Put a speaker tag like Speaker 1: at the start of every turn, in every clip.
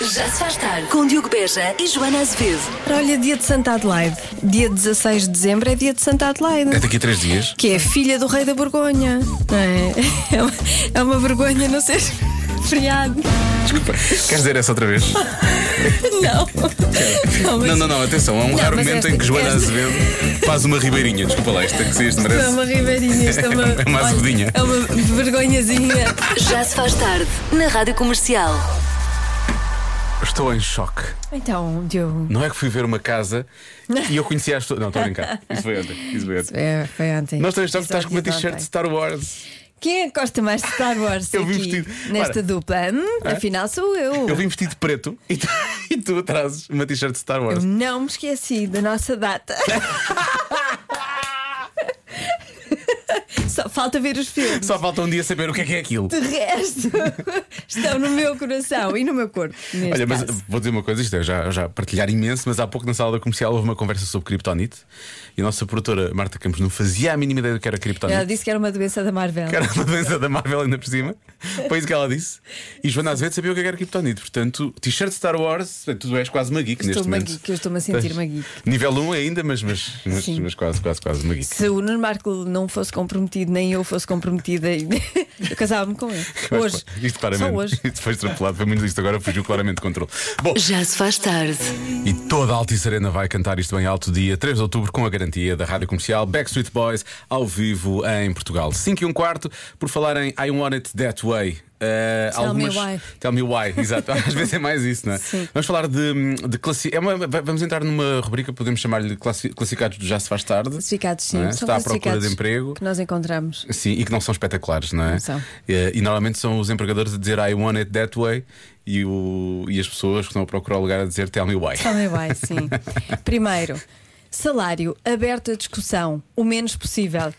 Speaker 1: Já se faz tarde com Diogo Beja e Joana Azevedo.
Speaker 2: Olha, dia de Santa Adelaide. Dia 16 de dezembro é dia de Santa
Speaker 3: É
Speaker 2: Adelaide.
Speaker 3: daqui a três dias.
Speaker 2: Que é filha do rei da Borgonha. não É, é, uma, é uma vergonha não ser feriado.
Speaker 3: Desculpa. Queres dizer essa outra vez?
Speaker 2: Não. Não, mas
Speaker 3: Não, não, não, atenção. Há um raro
Speaker 2: mas
Speaker 3: momento
Speaker 2: esta-
Speaker 3: em que Joana
Speaker 2: esta-
Speaker 3: Azevedo faz uma ribeirinha. Desculpa lá, isto é que se isto
Speaker 2: isto é
Speaker 3: merece.
Speaker 2: uma ribeirinha, isto é uma.
Speaker 3: É uma
Speaker 2: olha,
Speaker 3: azedinha.
Speaker 2: É uma vergonhazinha.
Speaker 1: Já se faz tarde na Rádio Comercial.
Speaker 3: Estou em choque.
Speaker 2: Então, Diogo.
Speaker 3: Não é que fui ver uma casa e eu conhecia as pessoas. Não, estou a brincar. Isso foi ontem. Isso foi ontem.
Speaker 2: É, foi ontem.
Speaker 3: Nós também estamos, estás com uma
Speaker 2: Episódio de
Speaker 3: t-shirt de
Speaker 2: ontem.
Speaker 3: Star Wars.
Speaker 2: Quem é que gosta mais de Star Wars
Speaker 3: Eu vim
Speaker 2: aqui
Speaker 3: vestido.
Speaker 2: nesta
Speaker 3: Ora. É?
Speaker 2: dupla? Hum, Afinal sou eu.
Speaker 3: Eu vim vestido de preto e tu, e tu trazes uma t-shirt de Star
Speaker 2: Eu
Speaker 3: Wars.
Speaker 2: não me esqueci da nossa data. Só falta ver os filmes.
Speaker 3: Só falta um dia saber o que é que é aquilo.
Speaker 2: De resto, estão no meu coração e no meu corpo. neste
Speaker 3: Olha, mas
Speaker 2: caso.
Speaker 3: vou dizer uma coisa, isto é já, já partilhar imenso, mas há pouco na sala da comercial houve uma conversa sobre criptonite e a nossa produtora Marta Campos não fazia a mínima ideia do que era criptonite.
Speaker 2: Ela disse que era uma doença da Marvel.
Speaker 3: Que era uma doença da Marvel ainda por cima. Foi isso que ela disse. E Joana Azevedo sabia o que era criptonite. Portanto, t-shirt de Star Wars, portanto, tu és quase uma geek
Speaker 2: Estou
Speaker 3: neste
Speaker 2: uma
Speaker 3: momento.
Speaker 2: geek, eu estou-me a sentir
Speaker 3: Estás-
Speaker 2: uma geek.
Speaker 3: Nível 1 ainda, mas, mas, mas,
Speaker 2: Sim.
Speaker 3: mas quase, quase, quase uma geek.
Speaker 2: Se o Nuno Marco não fosse comprometido, nem eu fosse comprometida, eu casava-me com ele.
Speaker 3: Mas,
Speaker 2: Hoje.
Speaker 3: Isto
Speaker 2: Só
Speaker 3: claramente.
Speaker 2: hoje.
Speaker 3: Isto foi extrapolado. Foi menos isto agora, fugiu claramente de controle. Bom,
Speaker 1: Já se faz tarde.
Speaker 3: E toda a Altice Arena vai cantar isto em alto dia 3 de outubro com a garantia da Rádio Comercial Backstreet Boys ao vivo em Portugal. 5 e 1 quarto, por falar em I Want It That Way. eh,
Speaker 2: Tell me why.
Speaker 3: Tell me why, exato. Às vezes é mais isso, não é?
Speaker 2: Sim.
Speaker 3: Vamos falar de, de classi... é uma- va- Vamos entrar numa rubrica, podemos chamar-lhe classi... classificados do Já Se Faz Tarde.
Speaker 2: Classificados, sim.
Speaker 3: não é?
Speaker 2: São
Speaker 3: Está à procura
Speaker 2: classificados
Speaker 3: de emprego.
Speaker 2: Que nós encontramos.
Speaker 3: Sim, e que não são espetaculares, não é?
Speaker 2: Não são.
Speaker 3: Eh, E, normalmente são os empregadores a dizer I want it that way e, o... e as pessoas que estão a procurar o lugar a dizer tell me why.
Speaker 2: Também vai, sim. Primeiro, salário aberto à discussão, o menos possível.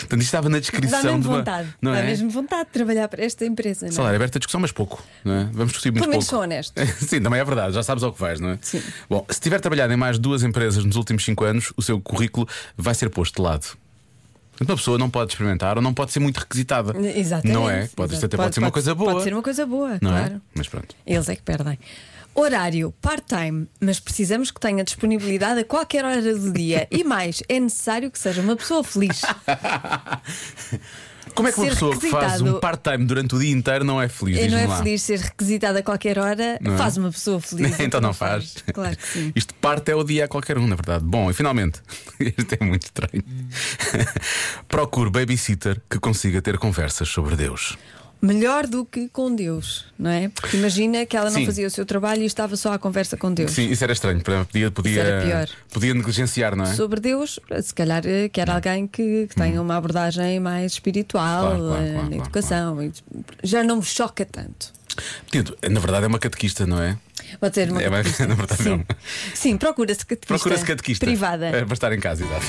Speaker 3: Portanto, isto estava na descrição
Speaker 2: Dá mesmo
Speaker 3: de uma-
Speaker 2: vontade.
Speaker 3: Não
Speaker 2: Dá
Speaker 3: é?
Speaker 2: mesmo vontade de trabalhar para esta empresa, não é?
Speaker 3: Né? Salário aberto a discussão, mas pouco. Não é? Vamos discutir muito
Speaker 2: Pelo menos sou
Speaker 3: pouco.
Speaker 2: honesto.
Speaker 3: Sim, também é verdade, já sabes ao que vais, não é?
Speaker 2: Sim.
Speaker 3: Bom, se tiver trabalhado em mais de duas empresas nos últimos cinco anos, o seu currículo vai ser posto de lado. Portanto, Uma pessoa não pode experimentar ou não pode ser muito requisitada.
Speaker 2: Exatamente.
Speaker 3: Não é? Pode, isto até pode, ser uma coisa boa.
Speaker 2: Pode ser uma coisa boa,
Speaker 3: Não
Speaker 2: claro.
Speaker 3: é? Mas pronto.
Speaker 2: Eles é que perdem. Horário part-time, mas precisamos que tenha disponibilidade a qualquer hora do dia. E mais, é necessário que seja uma pessoa feliz.
Speaker 3: Como é que uma
Speaker 2: Ser
Speaker 3: pessoa que faz
Speaker 2: requisitado-
Speaker 3: um part-time durante o dia inteiro não é feliz?
Speaker 2: E não
Speaker 3: Diz-me
Speaker 2: é
Speaker 3: lá.
Speaker 2: feliz ser requisitada a qualquer hora,
Speaker 3: Não é?
Speaker 2: faz uma pessoa feliz.
Speaker 3: Então não faz.
Speaker 2: Claro que sim.
Speaker 3: Isto parte é o dia a qualquer um, na verdade. Bom, e finalmente, isto é muito estranho. Procure babysitter que consiga ter conversas sobre Deus.
Speaker 2: Melhor do que com Deus, não é? Porque imagina que ela não
Speaker 3: Sim.
Speaker 2: fazia o seu trabalho e estava só à conversa com Deus.
Speaker 3: Sim, isso era estranho. para- Podia, podia,
Speaker 2: era pior.
Speaker 3: podia negligenciar, não é? Hum.
Speaker 2: Sobre Deus, se calhar eh, quer alguém que, que tenha uma abordagem mais espiritual
Speaker 3: Claro, claro,
Speaker 2: eh,
Speaker 3: claro,
Speaker 2: na
Speaker 3: claro,
Speaker 2: educação. Já não me choca tanto.
Speaker 3: Portanto, na verdade é uma catequista, não é?
Speaker 2: Pode ser uma
Speaker 3: É, mas,
Speaker 2: catequista.
Speaker 3: na verdade,
Speaker 2: Sim,
Speaker 3: não.
Speaker 2: Sim procura-se catequista.
Speaker 3: Procura-se catequista.
Speaker 2: Privada.
Speaker 3: É, para estar em casa, exato.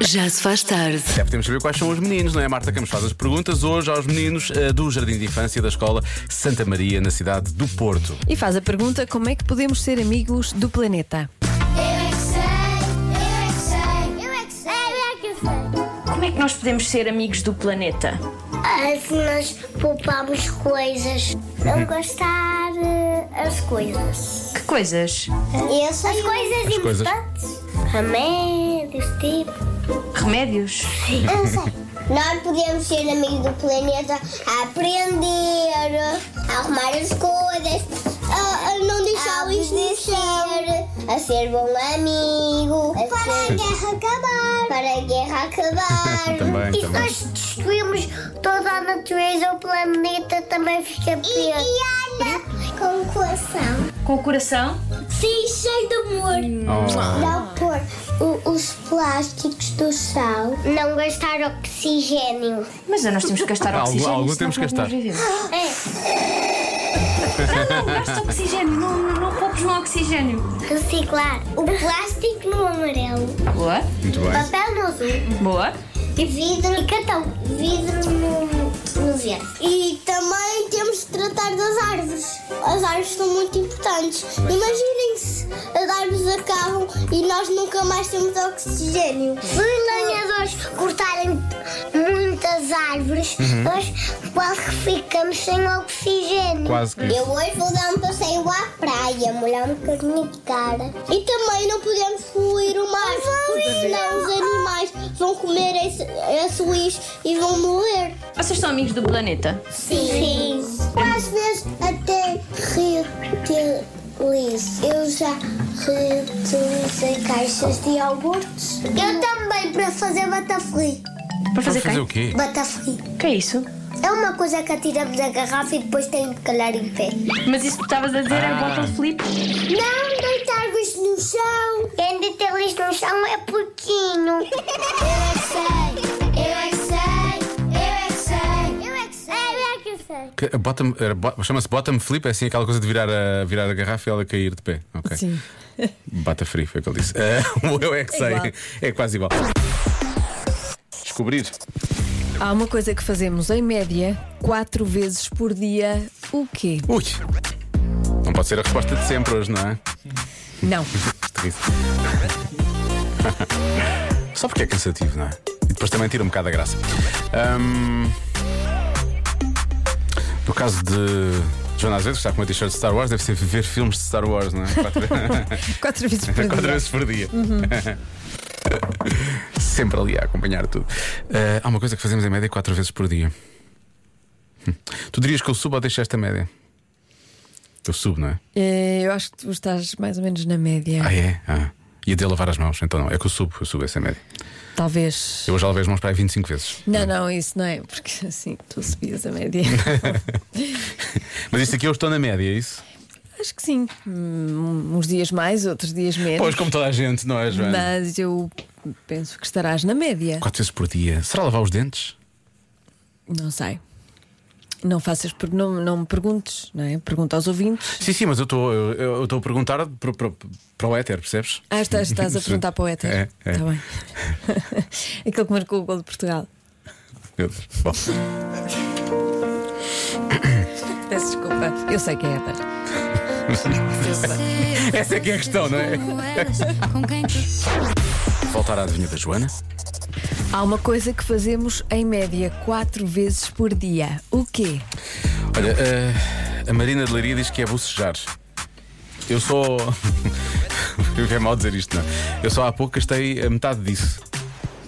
Speaker 1: Já se faz tarde.
Speaker 3: Já podemos saber quais são os meninos, não é? A Marta Campos faz as perguntas hoje aos meninos eh, do Jardim de Infância da Escola Santa Maria, na cidade do Porto.
Speaker 2: E faz a pergunta: como é que podemos ser amigos do planeta?
Speaker 4: Eu é que sei, eu é que sei, eu é que sei, eu é que sei.
Speaker 5: Como é que nós podemos ser amigos do planeta?
Speaker 4: Ah, se nós poupamos coisas, não gastar eh, as coisas.
Speaker 5: Que coisas?
Speaker 4: as coisas
Speaker 3: As coisas.
Speaker 4: importantes. Remédios, tipo.
Speaker 5: Remédios?
Speaker 4: Eu sei. Nós podemos ser amigos do planeta a aprender, a arrumar as coisas, a, não deixar a luz descer, a ser bom amigo, para a guerra acabar. Para a guerra acabar.
Speaker 3: Também,
Speaker 4: e se
Speaker 3: também.
Speaker 4: nós destruímos toda a natureza, o planeta também fica pior. E, olha, com coração.
Speaker 5: Com o coração?
Speaker 4: Sim, cheio de amor. Não pôr o- os plásticos do sal. Não gastar oxigênio.
Speaker 5: Mas nós temos que gastar
Speaker 3: Algo-
Speaker 5: oxigênio.
Speaker 3: algo
Speaker 5: senão
Speaker 3: temos que
Speaker 5: nós não
Speaker 3: gastar.
Speaker 5: vivemos.
Speaker 4: É,
Speaker 5: Não, gasta oxigênio, não, não, não poupes no oxigênio.
Speaker 4: reciclar. O plástico no amarelo.
Speaker 5: Boa,
Speaker 3: Muito bem.
Speaker 4: Papel no azul.
Speaker 5: boa.
Speaker 4: E vidro. E cartão. Vidro no, no verde. E também temos de tratar das árvores. As árvores são muito importantes. Imaginem-se, as árvores acabam e nós nunca mais temos oxigênio. Se lenhadores cortarem muitas árvores, nós quase que ficamos sem oxigênio.
Speaker 3: Quase que isso.
Speaker 4: Eu hoje vou dar um passeio à praia. ia molhar um bocadinho de cara. E também não podemos poluir o mar, porque senão os animais vão comer esse, esse lixo e vão morrer.
Speaker 5: Vocês são amigos do planeta?
Speaker 4: Sim. Às vezes até reutilizo. Eu já reutilizei caixas de iogurtes. Eu também, para fazer batafri.
Speaker 5: Para
Speaker 3: Para
Speaker 5: fazer,
Speaker 3: fazer
Speaker 5: quem?
Speaker 3: o quê?
Speaker 4: Batafri.
Speaker 5: O que é isso?
Speaker 4: É uma coisa que atiramos da garrafa e depois tem de calhar em pé.
Speaker 5: Mas isso que tu estavas a dizer é
Speaker 3: Ah.
Speaker 5: bottle flip?
Speaker 4: Não deitar lixo no chão. Quem deita lixo no chão é porquinho. Eu é que sei, eu é que sei, eu é que sei. Eu é que sei, eu é que sei.
Speaker 3: Que- bottom- era bo- Chama-se bottom flip, é assim aquela coisa de virar a, virar a garrafa e ela cair de pé. Ok.
Speaker 2: Sim.
Speaker 3: Bata frio, foi o que ele disse. Eh, o eu é que sei.
Speaker 2: igual.
Speaker 3: É quase igual. Descobrir.
Speaker 2: Há uma coisa que fazemos em média quatro vezes por dia. O quê?
Speaker 3: Ui! Não pode ser a resposta de sempre hoje, não é?
Speaker 2: Não.
Speaker 3: Isto ri-se. Só porque é cansativo, não é? E depois também tira um bocado a graça. Ahm, no caso de Joana Azevedo, que está com uma t-shirt de Star Wars, deve ser ver filmes de Star Wars, não é? Quatro,
Speaker 2: Quatro vezes por
Speaker 3: quatro
Speaker 2: dia.
Speaker 3: vezes por dia. Sempre ali a acompanhar tudo. Ah, há uma coisa que fazemos em média quatro vezes por dia. Hum. Tu dirias que eu subo ou deixo esta média? Eu subo, não é?
Speaker 2: Eh, Eu acho que tu estás mais ou menos na média.
Speaker 3: Ah, é? Ah. E a de lavar as mãos, então não. É que eu subo, eu subo essa média.
Speaker 2: Talvez.
Speaker 3: Eu já lavei as mãos para aí 25 vezes.
Speaker 2: Não, não, isso não é, porque assim tu subias a média.
Speaker 3: Mas isto aqui eu estou na média, é isso?
Speaker 2: Acho que sim. Hum, Uns dias mais, outros dias menos.
Speaker 3: Pois, como toda a gente, não é, Joana?
Speaker 2: Mas eu penso que estarás na média.
Speaker 3: Quatro vezes por dia. Será lavar os dentes?
Speaker 2: Não sei. Não faças, per- não, não me perguntes, não é? Pergunta aos ouvintes.
Speaker 3: Sim, sim, mas eu estou eu, eu estou a perguntar para, para, para o éter, percebes?
Speaker 2: Ah, estás, estás a perguntar para o Éter.
Speaker 3: É, é.
Speaker 2: Está bem. Aquele que marcou o gol de Portugal.
Speaker 3: Meu Deus. Bom,
Speaker 2: Peço desculpa. Eu sei que é Éter.
Speaker 3: essa é que é a questão, não é? Voltar à adivinha da Joana.
Speaker 2: Há uma coisa que fazemos em média quatro vezes por dia. O quê?
Speaker 3: Olha, eh, a Marina de Leiria diz que é bocejar. Eu só. é mal dizer isto, não. é? Eu só há pouco gastei a metade disso.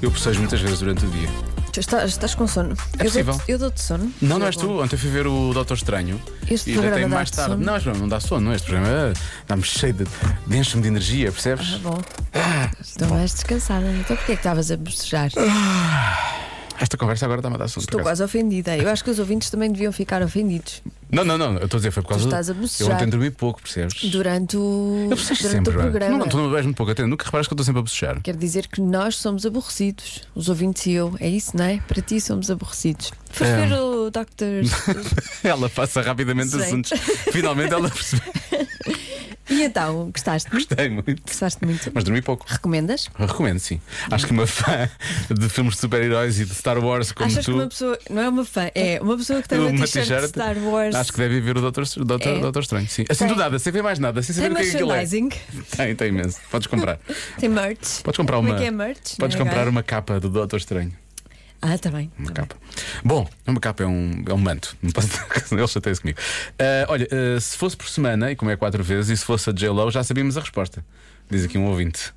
Speaker 3: Eu bocejo muitas vezes durante o dia.
Speaker 2: Tu está- estás com sono?
Speaker 3: É
Speaker 2: eu
Speaker 3: possível.
Speaker 2: dou-te eu dou-te sono?
Speaker 3: Não,
Speaker 2: Eu
Speaker 3: não és
Speaker 2: vou-
Speaker 3: tu. Ontem fui ver o Doutor Estranho.
Speaker 2: é Este
Speaker 3: e deitei-me
Speaker 2: programa
Speaker 3: mais
Speaker 2: dá-te
Speaker 3: tarde.
Speaker 2: sono?
Speaker 3: Não, este programa não dá sono, não. Este programa ah, dá-me cheio de. de- enche-me de energia,
Speaker 2: Tá
Speaker 3: percebes?
Speaker 2: bom.
Speaker 3: Ah,
Speaker 2: Estou mais descansada. Então porquê é que estavas a bocejar?
Speaker 3: Esta conversa agora dá-me a dar sono. Ah, por
Speaker 2: Estou
Speaker 3: acaso.
Speaker 2: quase ofendida. Eu acho que os ouvintes também deviam ficar ofendidos
Speaker 3: Não, não, não. Eu estou a dizer, foi por causa.
Speaker 2: estás a
Speaker 3: do... Eu
Speaker 2: bocejar.
Speaker 3: ontem dormi pouco, percebes?
Speaker 2: durante o,
Speaker 3: Eu bocejo
Speaker 2: durante
Speaker 3: sempre,
Speaker 2: o
Speaker 3: Joana.
Speaker 2: programa.
Speaker 3: Não, não, tu não bebes muito pouco. Até nunca reparas que eu estou sempre a bocejar.
Speaker 2: Quer dizer que nós somos aborrecidos, os ouvintes e eu. É isso, não é? Para ti somos aborrecidos. Foste
Speaker 3: É.
Speaker 2: ver o Dr.
Speaker 3: ela passa rapidamente
Speaker 2: Sim.
Speaker 3: assuntos. Finalmente ela percebeu.
Speaker 2: e então, gostaste?
Speaker 3: Gostei muito.
Speaker 2: Gostaste muito?
Speaker 3: Mas dormi pouco.
Speaker 2: Recomendas?
Speaker 3: Recomendo, sim. Acho que uma fã de filmes de super-heróis e de Star Wars como
Speaker 2: Achas
Speaker 3: tu.
Speaker 2: que uma pessoa. Não é uma fã, é uma pessoa que tem uma t-shirt de Star Wars.
Speaker 3: Acho que deve ver o Doutor, Doutor,
Speaker 2: É.
Speaker 3: Doutor Estranho, sim. Assim do
Speaker 2: Tem.
Speaker 3: nada, sem ver mais nada, sem
Speaker 2: tem
Speaker 3: saber o que é que aquilo é.
Speaker 2: merchandising,
Speaker 3: Tem, tem imenso. Podes comprar.
Speaker 2: tem merch.
Speaker 3: Podes comprar
Speaker 2: Como
Speaker 3: uma.
Speaker 2: é que é merch?
Speaker 3: Podes
Speaker 2: não é?
Speaker 3: comprar uma capa do Doutor Estranho.
Speaker 2: Ah, está bem.
Speaker 3: Uma
Speaker 2: tá bem.
Speaker 3: capa. Bom, uma capa é um, é um manto. Não posso ele chateia-se comigo. Ah, olha, ah, se fosse por semana, e como é quatro vezes, e se fosse a J-Lo, já sabíamos a resposta. Diz aqui um ouvinte.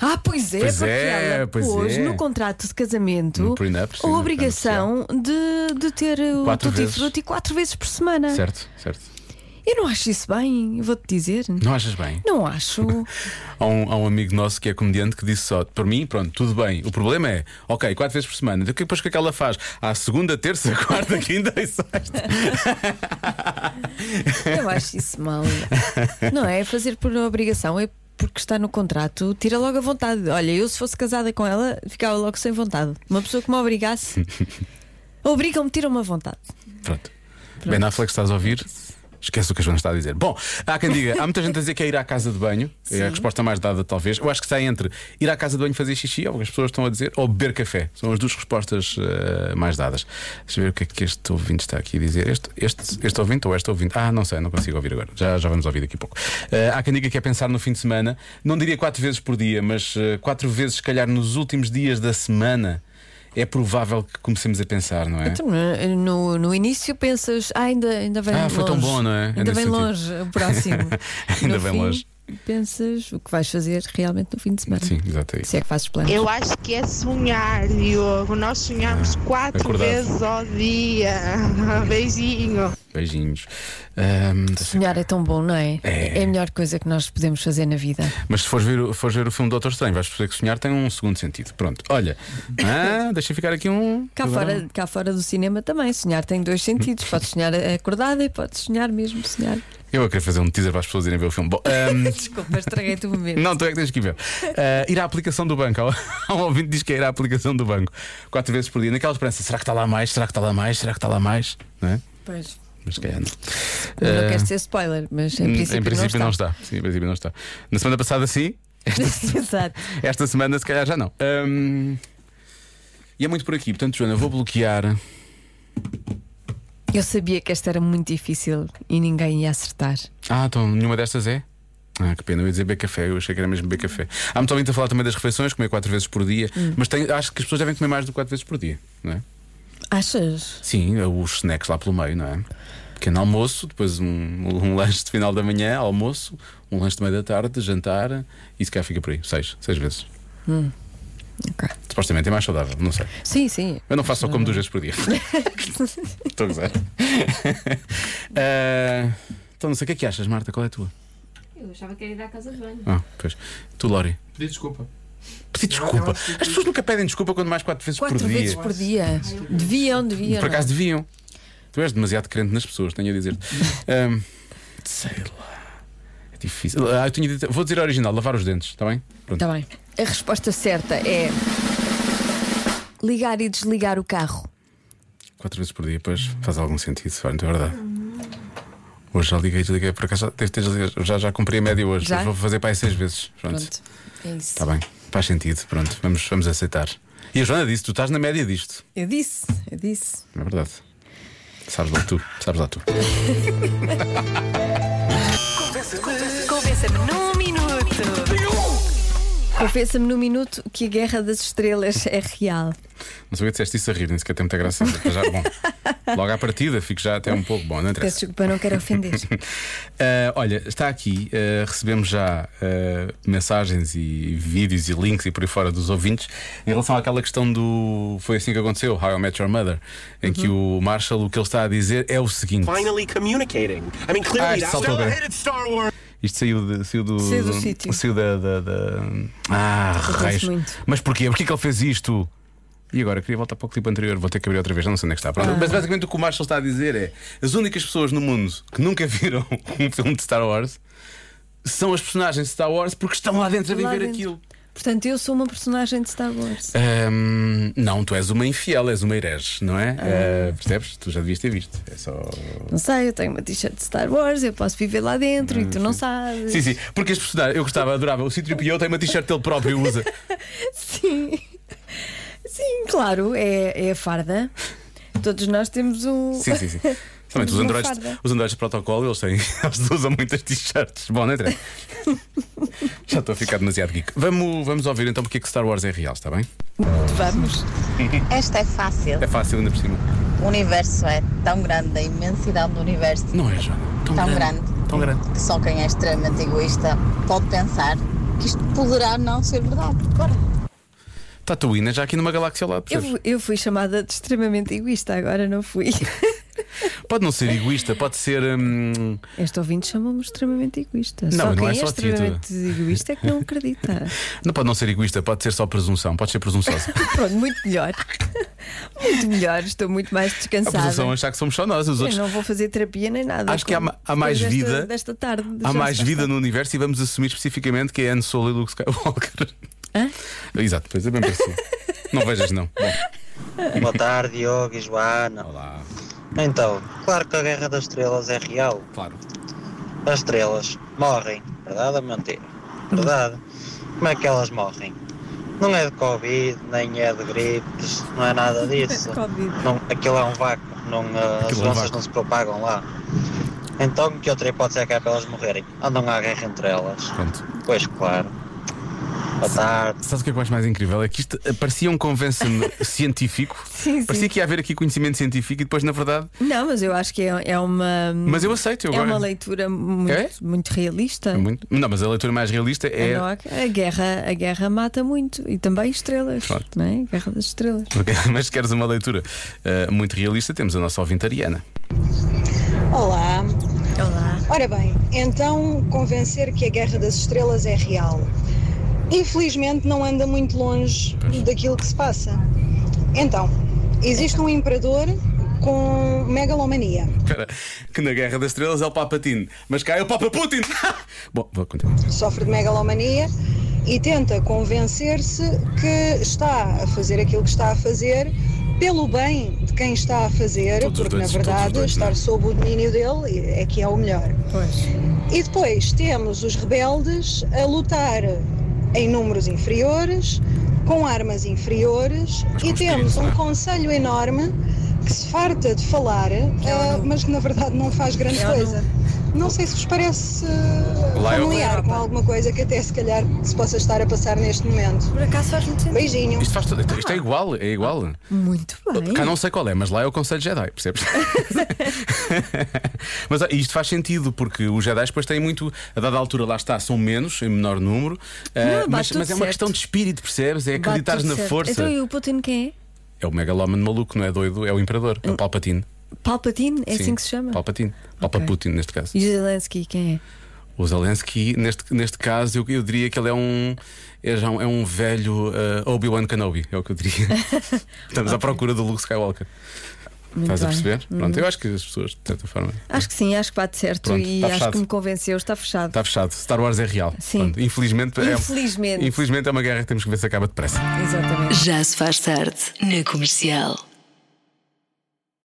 Speaker 2: Ah, pois é,
Speaker 3: Pois
Speaker 2: porque
Speaker 3: é,
Speaker 2: ela
Speaker 3: pois
Speaker 2: pôs
Speaker 3: é.
Speaker 2: no contrato de casamento
Speaker 3: No prenup, sim,
Speaker 2: a
Speaker 3: no
Speaker 2: obrigação de, de ter o
Speaker 3: Quatro
Speaker 2: Tutti
Speaker 3: vezes.
Speaker 2: Frutti quatro vezes por semana.
Speaker 3: Certo, certo.
Speaker 2: Eu não acho isso bem, eu vou-te dizer.
Speaker 3: Não achas bem?
Speaker 2: Não acho.
Speaker 3: Há um, há um amigo nosso que é comediante que disse só: para mim, pronto, tudo bem. O problema é, ok, quatro vezes por semana. Então, que- Depois o que é que ela faz? À segunda, terça, quarta, quinta e sexta.
Speaker 2: eu acho isso mal. Não é fazer por obrigação, é porque está no contrato, tira logo a vontade. Olha, eu se fosse casada com ela, ficava logo sem vontade. Uma pessoa que me obrigasse. Obrigam-me, tiram-me a vontade.
Speaker 3: Pronto. Bem, na Flex estás a ouvir? Esquece o que a Joana está a dizer. Bom, há quem diga, há muita gente a dizer que é ir à casa de banho, é a resposta mais dada, talvez. Eu acho que está entre ir à casa de banho fazer xixi, ou o que as pessoas estão a dizer, ou beber café. São as duas respostas eh, mais dadas. Deixa eu ver o que é que este ouvinte está aqui a dizer. Este, este, este ouvinte ou este ouvinte? Ah, não sei, não consigo ouvir agora. Já, já vamos ouvir daqui a pouco. Eh, há quem diga que é pensar no fim de semana, não diria quatro vezes por dia, mas eh, quatro vezes, se calhar, nos últimos dias da semana. é provável que comecemos a pensar, não é?
Speaker 2: Então, No, no início pensas, ah, ainda, ainda bem
Speaker 3: Ah,
Speaker 2: longe.
Speaker 3: foi tão bom, não é? É
Speaker 2: Ainda
Speaker 3: nesse
Speaker 2: bem
Speaker 3: sentido.
Speaker 2: longe, o próximo.
Speaker 3: Ainda
Speaker 2: No
Speaker 3: bem
Speaker 2: fim,
Speaker 3: longe.
Speaker 2: Pensas o que vais fazer realmente no fim de semana.
Speaker 3: Sim, exato. é isso.
Speaker 2: Se é que fazes planos.
Speaker 6: Eu acho que é sonhar, Diogo. Nós sonhamos quatro
Speaker 3: acordado.
Speaker 6: vezes ao dia. Beijinho.
Speaker 3: Beijinhos. Ahm,
Speaker 2: Sonhar é tão bom, não é?
Speaker 3: É.
Speaker 2: a melhor coisa que nós podemos fazer na vida.
Speaker 3: mas se fores ver, o- fores ver o filme do Doutor Estranho, vais perceber que sonhar tem um segundo sentido. Pronto, olha, ah, deixa ficar aqui um.
Speaker 2: Cá
Speaker 3: Agora-
Speaker 2: fora, cá fora do cinema também, sonhar tem dois sentidos. Podes sonhar acordada e podes sonhar mesmo, sonhar.
Speaker 3: Eu a querer fazer um teaser para as pessoas irem ver o filme. Bom, ahm,
Speaker 2: Desculpa, estraguei-te o momento.
Speaker 3: Não, tu é que tens que ir ver. Ah, ir à aplicação do banco. Um ouvinte diz que é ir à aplicação do banco. Quatro vezes por dia. Naquela esperança, será que está lá mais? Será que está lá mais? Será que está lá mais? Não é?
Speaker 2: Pois,
Speaker 3: Mas se calhar não.
Speaker 2: não
Speaker 3: Ah,
Speaker 2: quero ser spoiler, mas em
Speaker 3: hum,
Speaker 2: princípio,
Speaker 3: em princípio
Speaker 2: não,
Speaker 3: está. Sim, em princípio não está. Na semana passada, sim.
Speaker 2: está. Exato.
Speaker 3: Esta semana, se calhar, já não. Ahm, e é muito por aqui. Portanto, Joana, vou bloquear.
Speaker 2: Eu sabia que esta era muito difícil e ninguém ia acertar.
Speaker 3: Ah, então nenhuma destas é? Ah, que pena, eu ia dizer beber café, eu achei que era mesmo beber café. Há muito ouvinte a falar também das refeições, comer quatro vezes por dia, mas tem- acho que as pessoas devem comer mais do que quatro vezes por dia, não é?
Speaker 2: Achas?
Speaker 3: Sim, os snacks lá pelo meio, não é? Pequeno almoço, depois um, um lanche de final da manhã, almoço, um lanche de meio da tarde, jantar, e se calhar fica por aí, seis, seis vezes.
Speaker 2: Ok.
Speaker 3: Supostamente é mais saudável, não sei.
Speaker 2: Sim, sim.
Speaker 3: Eu não faço só como duas vezes por dia. Estou a gozar. Ah, então não sei o que é que achas, Marta, qual é a tua?
Speaker 5: Eu achava que era ir à casa de banho.
Speaker 3: Ah, pois. Tu, Lori.
Speaker 7: Pedi desculpa.
Speaker 3: Pedi desculpa. As pessoas nunca pedem desculpa quando mais quatro vezes
Speaker 2: Quatro
Speaker 3: por é? dia.
Speaker 2: vezes por dia. Deviam, deviam.
Speaker 3: Por acaso
Speaker 2: não
Speaker 3: deviam. Tu és demasiado crente nas pessoas, tenho a dizer-te. Ahm, sei lá. É difícil. Ah, eu tinha dito- vou dizer a original: lavar os dentes, está bem?
Speaker 2: é?
Speaker 3: Pronto.
Speaker 2: Tá bem. A resposta certa é. Ligar e desligar o carro.
Speaker 3: Quatro vezes por dia, pois faz algum sentido, se for, então é verdade. Hoje já liguei, desliguei, por acaso já, devo ter desligado. já, já cumpri a média hoje,
Speaker 2: Já?
Speaker 3: mas vou fazer para aí seis vezes. Pronto. Tá.
Speaker 2: Pronto. É isso.
Speaker 3: Está bem, faz sentido, pronto, vamos, vamos aceitar. E a Joana disse: tu estás na média disto.
Speaker 2: Eu disse, eu disse.
Speaker 3: É verdade. Sabes lá tu, sabes lá tu.
Speaker 1: Convença-me num minuto.
Speaker 2: Confessa-me num minuto que a Guerra das Estrelas é real.
Speaker 3: Não sabia que disseste isso a rir, nem sequer tem muita graça. mas Já, bom. Logo à partida, fico já até um pouco bom, não
Speaker 2: Peço
Speaker 3: interessa.
Speaker 2: desculpa, não quero ofender.
Speaker 3: Ah, olha, está aqui, ah, recebemos já ah, mensagens e vídeos e links e por aí fora dos ouvintes em relação àquela questão do. Foi assim que aconteceu, How I Met Your Mother, em que o Marshall o que ele está a dizer é o seguinte.
Speaker 8: finally communicating. I mean,
Speaker 3: Ah,
Speaker 8: clearly that's
Speaker 3: isto saltou bem.
Speaker 8: Star Wars.
Speaker 3: Isto saiu, de- saiu do.
Speaker 2: Saiu do sítio.
Speaker 3: Saiu da. da, da... Ah,
Speaker 2: Acontece
Speaker 3: raios.
Speaker 2: muito.
Speaker 3: Mas porquê? Porquê que ele fez isto? E agora, queria voltar para o clipe anterior, vou ter que abrir outra vez, já não sei onde é que está.
Speaker 2: Ah.
Speaker 3: Pronto. Mas basicamente o que o Marshall está a dizer é: as únicas pessoas no mundo que nunca viram um filme de Star Wars são as personagens de Star Wars porque estão lá dentro a
Speaker 2: Lá
Speaker 3: viver
Speaker 2: dentro.
Speaker 3: aquilo.
Speaker 2: Portanto, eu sou uma personagem de Star Wars.
Speaker 3: Ahm, não, tu és uma infiel, és uma herege, não é? Ah, percebes? Tu já devias ter visto. É só.
Speaker 2: Não sei, eu tenho uma t-shirt de Star Wars, eu posso viver lá dentro e tu não sabes.
Speaker 3: Hum, Sim, sim, porque as personagens, eu gostava, adorava. O Cítrio Pio tem uma t-shirt que ele próprio usa.
Speaker 2: Sim, Sim, claro, é, é a farda. Todos nós temos um.
Speaker 3: Sim, sim, sim. Somente os
Speaker 2: Uma
Speaker 3: androides,
Speaker 2: farda.
Speaker 3: os androides de protocolo, eles, têm, eles usam muitas t-shirts. Bom, não é? Teresa? Já estou a ficar demasiado geek. Vamos, vamos ouvir então porque é que Star Wars é real, está bem?
Speaker 2: Vamos.
Speaker 9: Esta é fácil.
Speaker 3: É fácil ainda por cima.
Speaker 9: O universo é tão grande, a imensidade do universo
Speaker 3: Não é, Joana?
Speaker 9: tão, grande,
Speaker 3: Tão grande.
Speaker 9: que só quem é extremamente egoísta pode pensar que isto poderá não ser verdade. Agora,
Speaker 3: Tatooine é já aqui numa galáxia lá,
Speaker 2: Eu,
Speaker 3: percebes?
Speaker 2: eu fui chamada de extremamente egoísta, agora não fui.
Speaker 3: Pode não ser egoísta, pode ser. hum,
Speaker 2: Este ouvinte chamou-me extremamente egoísta.
Speaker 3: Não,
Speaker 2: só
Speaker 3: não
Speaker 2: quem
Speaker 3: é
Speaker 2: é,
Speaker 3: só a ti, tu-
Speaker 2: extremamente egoísta é que não acredita.
Speaker 3: não pode não ser egoísta, pode ser só presunção, pode ser presunçosa.
Speaker 2: Pronto, muito melhor. Muito melhor, estou muito mais
Speaker 3: A
Speaker 2: descansada.
Speaker 3: presunção é achar que somos só nós, os
Speaker 2: Eu
Speaker 3: outros.
Speaker 2: não vou fazer terapia nem nada.
Speaker 3: Acho que há
Speaker 2: como-
Speaker 3: ma- há mais
Speaker 2: depois desta-
Speaker 3: vida.
Speaker 2: Desta tarde.
Speaker 3: Há
Speaker 2: já
Speaker 3: mais
Speaker 2: está.
Speaker 3: vida no universo e vamos assumir especificamente que é Han Solo e Luke Skywalker. Exato, pois é bem parecido. não vejas, não. Bom.
Speaker 10: Boa tarde, Diogo e Joana.
Speaker 3: Olá.
Speaker 10: Então, claro que a Guerra das Estrelas é real.
Speaker 3: Claro.
Speaker 10: As estrelas morrem, verdade ou mentira? Verdade. Como é que elas morrem? Não é de Covid, nem é de gripes, não é nada disso.
Speaker 2: Covid.
Speaker 10: Não, aquilo é um vácuo, não, ah,
Speaker 3: Aquilo é um
Speaker 10: as doenças
Speaker 3: vácuo.
Speaker 10: não se propagam lá. Então, Ah, que outra hipótese é que há para elas morrerem? Ou não há guerra entre elas?
Speaker 3: Pronto.
Speaker 10: Pois claro. Boa tarde.
Speaker 3: Sabe o que é que eu acho mais incrível? É que isto eh, parecia um convention científico.
Speaker 2: Sim, sim.
Speaker 3: Parecia que ia haver aqui conhecimento científico e depois, na verdade.
Speaker 2: Não, mas eu acho que é, é uma.
Speaker 3: Mas eu aceito, eu
Speaker 2: É
Speaker 3: gosto.
Speaker 2: uma leitura muito,
Speaker 3: É?
Speaker 2: muito realista.
Speaker 3: É muito- Não, mas a leitura mais realista é.
Speaker 2: Não há- A, guerra, a guerra mata muito e também estrelas.
Speaker 3: Pronto.
Speaker 2: Não é? A guerra das estrelas.
Speaker 3: Ok, Mas se queres uma leitura eh, muito realista, temos a nossa ouvinte Ariana.
Speaker 7: Olá.
Speaker 2: Olá.
Speaker 7: Ora bem, então convencer que a Guerra das Estrelas é real. Infelizmente não anda muito longe daquilo que se passa. Então, existe um imperador com megalomania.
Speaker 3: Espera, que na Guerra das Estrelas é o Papa Tino, mas cá é o Papa Putin! Bom, vou continuar.
Speaker 7: sofre de megalomania e tenta convencer-se que está a fazer aquilo que está a fazer pelo bem de quem está a fazer,
Speaker 3: Todos os
Speaker 7: porque
Speaker 3: dois,
Speaker 7: na
Speaker 3: todos os
Speaker 7: verdade
Speaker 3: dois,
Speaker 7: estar
Speaker 3: não é?
Speaker 7: sob o domínio dele é que é o melhor.
Speaker 2: Pois.
Speaker 7: E depois temos os rebeldes a lutar em números inferiores, com armas inferiores,
Speaker 3: Mas com
Speaker 7: e temos
Speaker 3: espírito, não
Speaker 7: um
Speaker 3: é?
Speaker 7: conselho enorme que se farta de falar, ah, mas que na verdade não faz grande
Speaker 2: É o
Speaker 7: coisa. Não sei se vos parece ah,
Speaker 3: Lá é o-
Speaker 7: familiar com alguma coisa que até se calhar se possa estar a passar neste momento.
Speaker 2: Por acaso faz muito sentido.
Speaker 7: Beijinho.
Speaker 3: Isto, faz tudo- isto é igual, é igual.
Speaker 2: Muito bem.
Speaker 3: Cá não sei qual é, mas lá é o Conselho Jedi, percebes? mas ó, isto faz sentido, porque os Jedi depois têm muito, a dada altura lá está, são menos, em menor número, eh,
Speaker 2: bate
Speaker 3: mas,
Speaker 2: tudo
Speaker 3: mas é uma
Speaker 2: certo.
Speaker 3: questão de espírito, percebes? É
Speaker 2: Bate
Speaker 3: acreditares
Speaker 2: tudo
Speaker 3: na
Speaker 2: certo.
Speaker 3: força.
Speaker 2: Então e o Putin quem é?
Speaker 3: É o megalómano maluco, não é doido? É o Imperador, é o Palpatine.
Speaker 2: Palpatine? Hum. É assim que se chama?
Speaker 3: Palpatine. Palpaputin, neste caso.
Speaker 2: E Zelensky quem é?
Speaker 3: O Zelensky, neste, neste caso, eu, eu diria que ele é um. É, já um, é um velho eh, Obi-Wan Kenobi, é o que eu diria. Estamos à procura do Luke Skywalker.
Speaker 2: Muito
Speaker 3: Estás a
Speaker 2: bem. Uhum.
Speaker 3: perceber? Pronto, eu acho que as pessoas, de certa forma.
Speaker 2: Acho que sim, acho que bate certo
Speaker 3: Pronto,
Speaker 2: e
Speaker 3: está
Speaker 2: acho
Speaker 3: fechado.
Speaker 2: que me convenceu. Está fechado.
Speaker 3: Está fechado. Star Wars é real.
Speaker 2: Sim.
Speaker 3: Pronto, Infelizmente, é-
Speaker 2: Infelizmente.
Speaker 3: infelizmente é uma guerra que temos que ver se acaba depressa.
Speaker 2: Exatamente.
Speaker 1: Já se faz tarde na comercial.